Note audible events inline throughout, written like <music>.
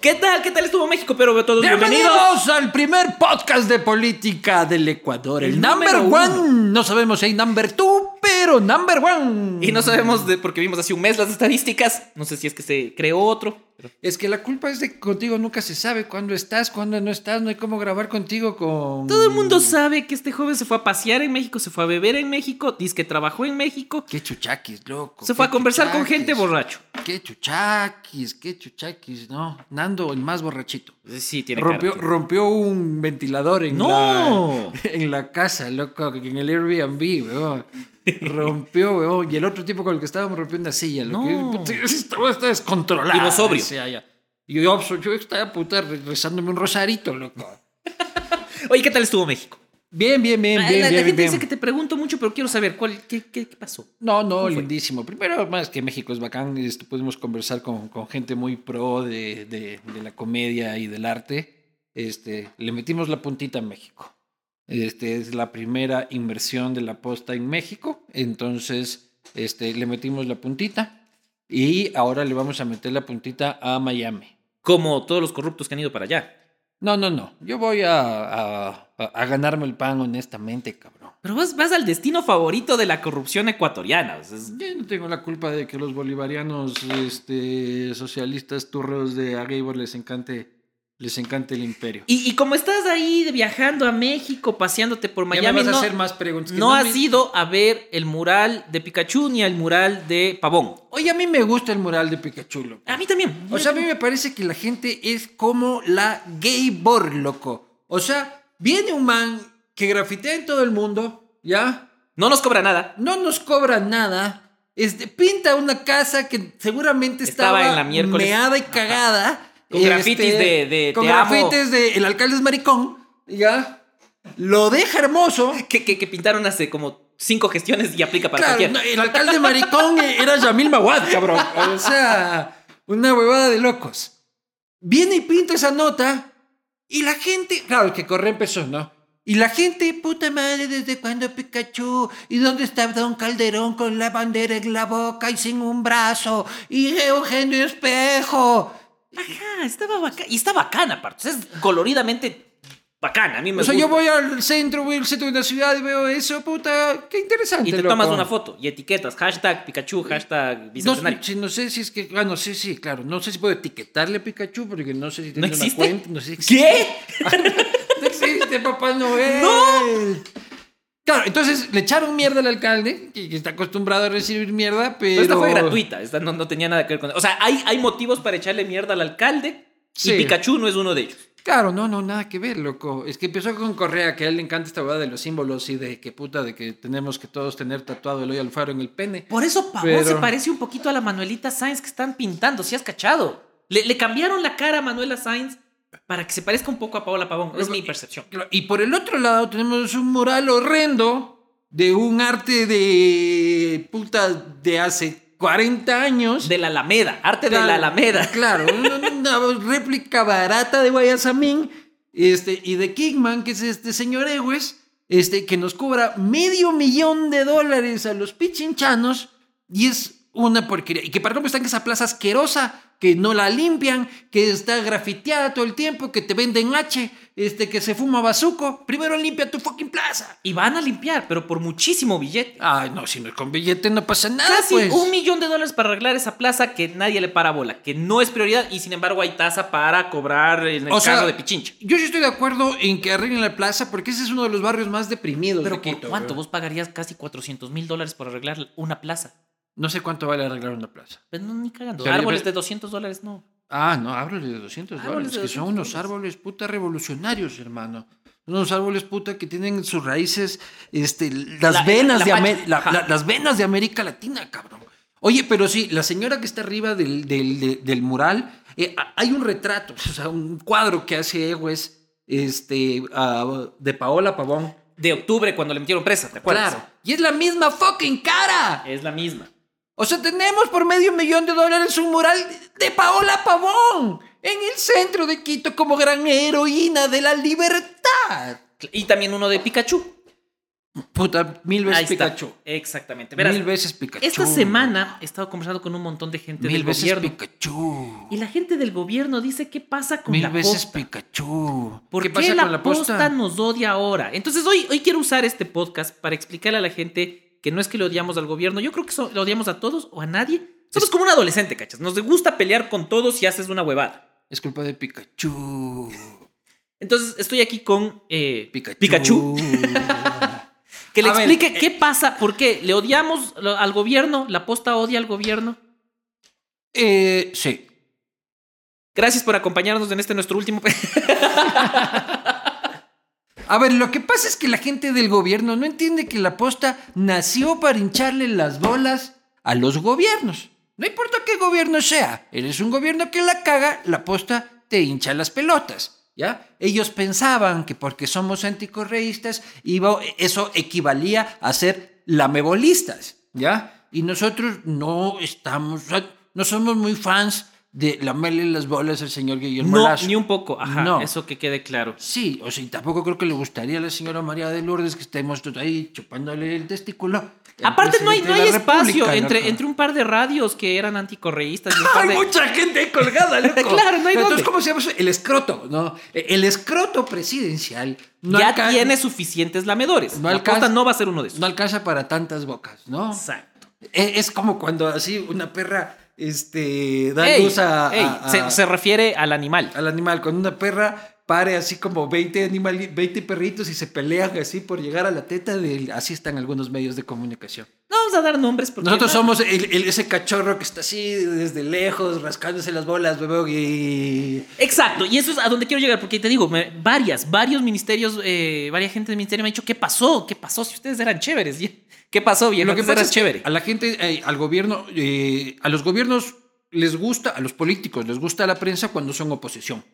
¿Qué tal? ¿Qué tal estuvo México? Pero todos bienvenidos. Bienvenidos al primer podcast de política del Ecuador. El, El number número one. No sabemos si hay number two, pero number one. Y no sabemos de, porque vimos hace un mes las estadísticas. No sé si es que se creó otro. pero- Es que la culpa es de que contigo nunca se sabe cuándo estás, cuándo no estás. No hay cómo grabar contigo con. Todo el mundo sabe que este joven se fue a pasear en México, se fue a beber en México, dice que trabajó en México, Qué chuchaquis, loco. se fue qué a conversar con chuchaquis, gente borracho. Qué chuchaquis, qué chuchaquis, no. Nando, el más borrachito. Sí, tiene Rompió, cara. rompió un ventilador en, ¡No! la, <laughs> en la casa, loco, en el <laughs> Airbnb, weón. Rompió, weón. Y el otro tipo con el que estábamos rompió una silla, loco. No. Puta, <laughs> Esta weón está descontrolada. Y vos sobrio. decía ella. Y yo, obso- yo estaba puta re- rezándome un rosarito, loco. Oye, ¿qué tal estuvo México? Bien, bien, bien, Ah, bien, la, la bien, gente bien. dice que te pregunto mucho, pero quiero saber cuál, qué, qué- qué pasó. No, no, fue? lindísimo. Primero, más que México es bacán, esto, pudimos conversar con, con gente muy pro de, de- de la comedia y del arte. Este, le metimos la puntita a México. Este es la primera inversión de la posta en México. Entonces, este, le metimos la puntita y ahora le vamos a meter la puntita a Miami. Como todos los corruptos que han ido para allá. No, no, no. Yo voy a, a- a- a ganarme el pan, honestamente, cabrón. Pero vas, vas al destino favorito de la corrupción ecuatoriana. o sea, es- Yo no tengo la culpa de que los bolivarianos este, socialistas turros de Agaibor les encante, les encante el imperio. Y, y como estás ahí viajando a México, paseándote por ya Miami, me vas no, a hacer más preguntas. que no has me- ido a ver el mural de Pikachu ni el mural de Pavón. Oye, a mí me gusta el mural de Pikachu, loco. A mí también. O sea, a mí me parece que la gente es como la Gaybor, loco. O sea, viene un man que grafitea en todo el mundo, ¿ya? no nos cobra nada. no nos cobra nada. Este, pinta una casa que seguramente estaba, Estaba en la miércoles. meada y cagada. Este, Con grafitis de- de Con te amo. grafitis de el alcalde es maricón. Ya. Lo deja hermoso. Que, que- que pintaron hace como cinco gestiones y aplica para Claro, cualquier. no, el alcalde <laughs> maricón era Yamil Mawad, cabrón. O sea, una huevada de locos. Viene y pinta esa nota y la gente, claro, el que corre empezó, ¿no? Y la gente, puta madre, ¿desde cuándo Pikachu? ¿Y dónde está Don Calderón con la bandera en la boca y sin un brazo? Y Eugenio Espejo. Ajá, Ah, estaba bacana. Y está bacana, aparte. O sea, es coloridamente bacana. A mí me o sea, gusta. yo voy al centro, voy al centro de una ciudad y veo eso, puta, qué interesante. y te loco. tomas una foto y etiquetas. Hashtag Pikachu, hashtag No, Bicentenario. si- no sé si es que. Ah, no sé si, claro. No sé si puedo etiquetarle a Pikachu porque no sé si tiene una existe? cuenta. No sé si ¿Qué? No existe, Papá <laughs> Noel. Claro, entonces le echaron mierda al alcalde, que, que está acostumbrado a recibir mierda, Pero pero. esta fue gratuita. Esta no, no tenía nada que ver con. O sea, hay, hay motivos para echarle mierda al alcalde. Sí. Y Pikachu no es uno de ellos. Claro, no, no, nada que ver, loco. Es que empezó con Correa, que a él le encanta esta hueá de los símbolos y de que puta, de que tenemos que todos tener tatuado el hoyo al faro en el pene. Por eso Pavón Pero- se parece un poquito a la Manuelita Sainz que están pintando, si has cachado. Le, le cambiaron la cara a Manuela Sainz para que se parezca un poco a Paola Pavón. Es Pero- mi percepción. Claro, Y por el otro lado tenemos un mural horrendo de un arte de puta de hace 40 años. De la Alameda, arte de Claro, la Alameda. Claro, una, una réplica barata de Guayasamín este, y de Kingman, que es este señor Egues, este, que nos cobra medio millón de dólares a los pichinchanos y es una porquería. Y que para cómo está en esa plaza asquerosa, que no la limpian, que está grafiteada todo el tiempo, que te venden H, este, que se fuma bazuco. Primero limpia tu fucking plaza. Y van a limpiar, pero por muchísimo billete. Ay, no, si no es con billete no pasa nada, Casi pues. un millón de dólares para arreglar esa plaza que nadie le para bola, que no es prioridad y sin embargo hay tasa para cobrar en el O caso sea, de Pichincha. Yo sí estoy de acuerdo en que arreglen la plaza porque ese es uno de los barrios más deprimidos Pero de ¿por Quito, cuánto? weón. Vos pagarías casi 400 mil dólares por arreglar una plaza. No sé cuánto vale arreglar una plaza. Pues no, ni cagando. Pero- Árboles de 200 dólares, no. Ah, no, árboles de 200 Árboles dólares, de que son 200 unos dólares. árboles puta revolucionarios, hermano. Unos árboles puta que tienen en sus raíces este, las, La- venas la de pacha. Amé- la- Ajá. la- las venas de América Latina, cabrón. Oye, pero sí, la señora que está arriba del, del- de- del mural, eh, a- hay un retrato, <laughs> o sea, un cuadro que hace Egues este, ah, de Paola Pavón. de octubre cuando le metieron presa, ¿te acuerdas? Claro. Y es la misma fucking cara. Es la misma. O sea, tenemos por medio millón de dólares un mural de Paola Pavón en el centro de Quito como gran heroína de la libertad. Y también uno de Pikachu. Puta, mil veces Ahí está. Pikachu. Exactamente. Verás, mil veces Pikachu. esta semana he estado conversando con un montón de gente Mil del veces gobierno. Pikachu. Y la gente del gobierno dice qué pasa con Mil la veces posta. Pikachu. ¿Por ¿Qué qué pasa la, con la posta? posta? nos odia ahora? Entonces hoy, hoy quiero usar este podcast para explicarle a la gente que no es que le odiamos al gobierno, yo creo que so- le odiamos a todos o a nadie. Somos como un adolescente, ¿cachas? Nos gusta pelear con todos y haces una huevada. Es culpa de Pikachu. Entonces estoy aquí con eh, Pikachu. Que le A ver, eh, explique qué pasa, por qué le odiamos lo- al gobierno, la posta odia al gobierno. <laughs> eh, sí. Gracias por acompañarnos en este nuestro último... <laughs> A ver, lo que pasa es que la gente del gobierno no entiende que la posta nació para hincharle las bolas a los gobiernos. No importa qué gobierno sea, eres un gobierno que la caga, la posta te hincha las pelotas. ¿Ya? Ellos pensaban que porque somos anticorreístas, iba- eso equivalía a ser lamebolistas. ¿Ya? Y nosotros no estamos, no somos muy fans de lamerle las bolas al señor Guillermo no, Lazo. ni un poco. Ajá, No. eso que quede claro. Sí, o sea, y tampoco creo que le gustaría a la señora María de Lourdes que estemos todos ahí chupándole el testículo. al Aparte no hay, no presidente hay de la espacio República, entre, loco. entre un par de radios que eran anticorreístas y <laughs> un par Hay de... mucha gente ahí <laughs> colgada, loco. Claro, no hay dónde. Entonces, ¿cómo se llama eso? El escroto, ¿no? E-, El escroto presidencial no, ya alca- tiene suficientes lamedores. No la posta alcanza- no va a ser uno de esos. no alcanza para tantas bocas, ¿no? Exacto. E- Es como cuando así una perra este, da Ey, luz a, ey, a- se, a- se refiere al animal. al animal. Cuando una perra pare así como 20, animali- 20 perritos y se pelean así por llegar a la teta, del, así están algunos medios de comunicación. No vamos a dar nombres porque Nosotros no- somos el- el- ese cachorro que está así desde lejos, rascándose las bolas, bebé. Y... Exacto, y eso es a donde quiero llegar, porque te digo, me- varias, varios ministerios, eh, varias gente del ministerio me ha dicho, ¿qué pasó? ¿Qué pasó? Si ustedes eran chéveres, y- ¿qué pasó? Bien, lo que pasa eran es que chévere. A la gente, eh, al gobierno, eh, a los gobiernos les gusta, a los políticos les gusta la prensa cuando son oposición,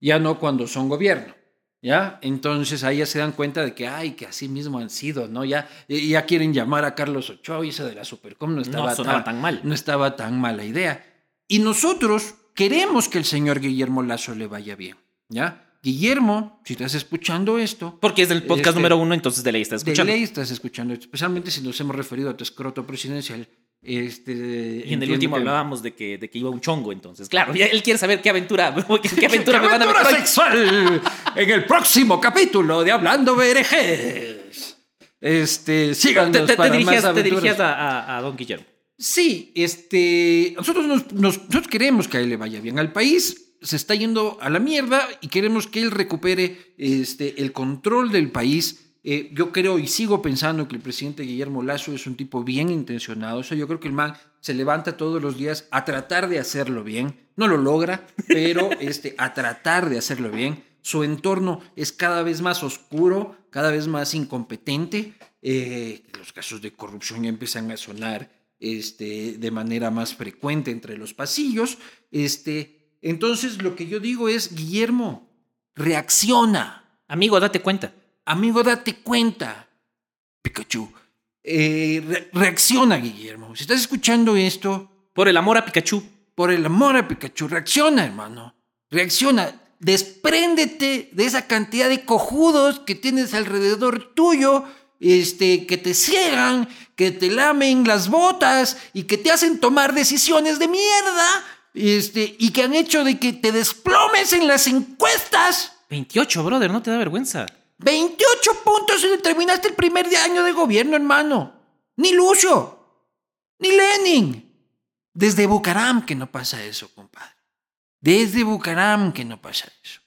ya no cuando son gobierno. ¿Ya? Entonces ahí ya se dan cuenta de que, ay, que así mismo han sido, ¿no? Ya, eh, ya quieren llamar a Carlos Ochoa y esa de la Supercom no estaba, sonaba tan mal. No estaba tan mala idea. Y nosotros queremos que el señor Guillermo Lazo le vaya bien, ¿ya? Guillermo, si estás escuchando esto, Porque es del podcast Este- número uno, entonces de ley está escuchando. de ley estás escuchando, especialmente si nos hemos referido a tu escroto presidencial. Este, y en el último hablábamos de que, de que iba un chongo, entonces, claro, ya él quiere saber qué aventura, <laughs> qué, qué aventura me van a meter hoy. sexual! en el próximo capítulo de Hablando BRGs. Este, síganos Te, te- te para más dirigías, te aventuras. dirigías a, a- a Don Guillermo. Sí, este, nosotros, nos- nos- nosotros queremos que a él le vaya bien. Al país se está yendo a la mierda y queremos que él recupere este, el control del país. Eh, yo creo y sigo pensando que el presidente Guillermo Lazo es un tipo bien intencionado. O sea, yo creo que el man se levanta todos los días a tratar de hacerlo bien. No lo logra, pero este, a tratar de hacerlo bien. Su entorno es cada vez más oscuro, cada vez más incompetente. Eh, los casos de corrupción ya empiezan a sonar este, de manera más frecuente entre los pasillos. Este, entonces, lo que yo digo es, Guillermo, reacciona. Amigo, date cuenta. Amigo, date cuenta. Pikachu. Eh, re- reacciona, Guillermo. Si estás escuchando esto, Por el amor a Pikachu. por el amor a Pikachu, reacciona, hermano. Reacciona. Despréndete de esa cantidad de cojudos que tienes alrededor tuyo, este, que te ciegan, que te lamen las botas y que te hacen tomar decisiones de mierda, este, y que han hecho de que te desplomes en las encuestas. 28, brother, no te da vergüenza. 28 puntos y terminaste el primer día- año de gobierno, hermano. Ni Lucio, ni Lenin. Desde Bucaram que no pasa eso, compadre. Desde Bucaram que no pasa eso.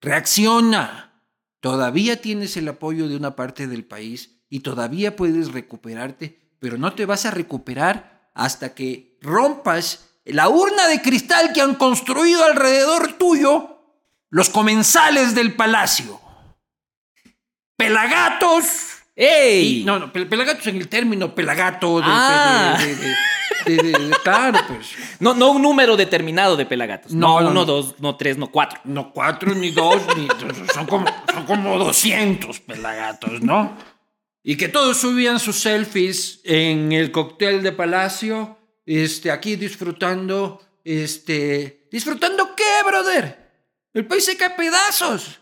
Reacciona. Todavía tienes el apoyo de una parte del país y todavía puedes recuperarte, pero no te vas a recuperar hasta que rompas la urna de cristal que han construido alrededor tuyo los comensales del palacio. Pelagatos. ¡Ey! Y- no, no, pel- pelagatos en el término pelagato. de- Ah. de- de- de- de- de- de- claro, pues. No, no un número determinado de pelagatos. No, No, no, uno, no. dos, no tres, no cuatro. No cuatro, ni dos, ni. Son como, son como 200 pelagatos, ¿no? Y que todos subían sus selfies en el cóctel de Palacio, este, aquí disfrutando, este. ¿Disfrutando qué, brother? El país se cae a pedazos.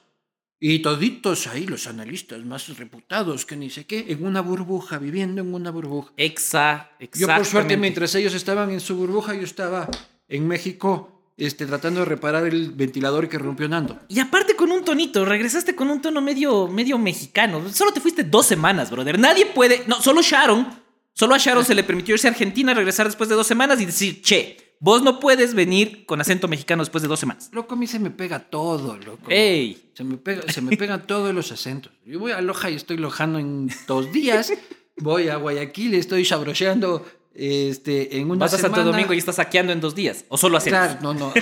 Y toditos ahí, los analistas más reputados, que ni sé qué, en una burbuja, viviendo en una burbuja. Exa, Yo, por suerte, exactamente. mientras ellos estaban en su burbuja, yo estaba en México este, tratando de reparar el ventilador que rompió Nando. Y aparte con un tonito, regresaste con un tono medio, medio mexicano. Solo te fuiste dos semanas, brother. Nadie puede. No, solo Sharon. Solo a Sharon se le permitió irse a Argentina, regresar después de dos semanas y decir, che, vos no puedes venir con acento mexicano después de dos semanas. Loco, a mí se me pega todo, loco. ¡Ey! Se me, pega, se me pegan todos los acentos. Yo voy a Loja y estoy lojando en dos días. Voy a Guayaquil y estoy sabrocheando este, en una Vas a semana. Santo Domingo y estás saqueando en dos días. O solo hacer. Claro, no, <laughs> no.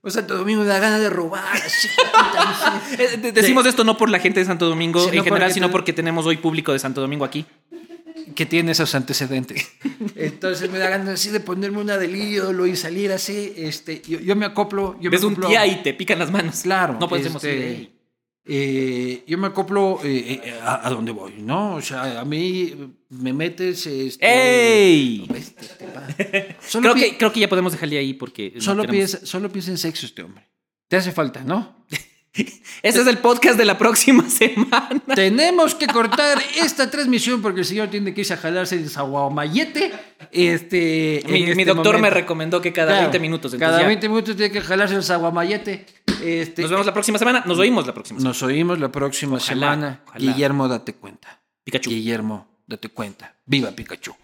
O sea, todo domingo me da ganas de <laughs> robar. así, puta, no sé. Eh, de- decimos esto no por la gente de Santo Domingo Sí, en no general, porque sino te- porque tenemos hoy público de Santo Domingo aquí. que tiene <laughs> esos antecedentes. Entonces me da ganas así de ponerme una del ídolo y salir así. Este, yo, yo me acoplo. Yo Ves me un acoplo- tía y te pican las manos. Claro. No podemos este, ir de ahí. eh, yo me acoplo eh, eh, a, a donde voy, ¿no? O sea, a mí me metes. Este, ¡Ey! este, este, <laughs> pa- solo, Creo pi- que, creo que ya podemos dejarle ahí porque. no solo, queremos- piensa, solo piensa en sexo este hombre. Te hace falta, ¿no? <laughs> Ese es el podcast de la próxima <laughs> semana. Tenemos que cortar esta transmisión porque el señor tiene que irse a jalarse el zaguamayete. Este, en Mi, mi este doctor me momento. recomendó que cada Claro, 20 minutos. entonces Cada ya. 20 minutos tiene que jalarse el zaguamayete. Este, Nos vemos la próxima semana. Nos oímos la próxima semana. nos oímos la próxima Ojalá, semana. ojalá. Guillermo, date cuenta. Pikachu. Guillermo, date cuenta. Viva Pikachu.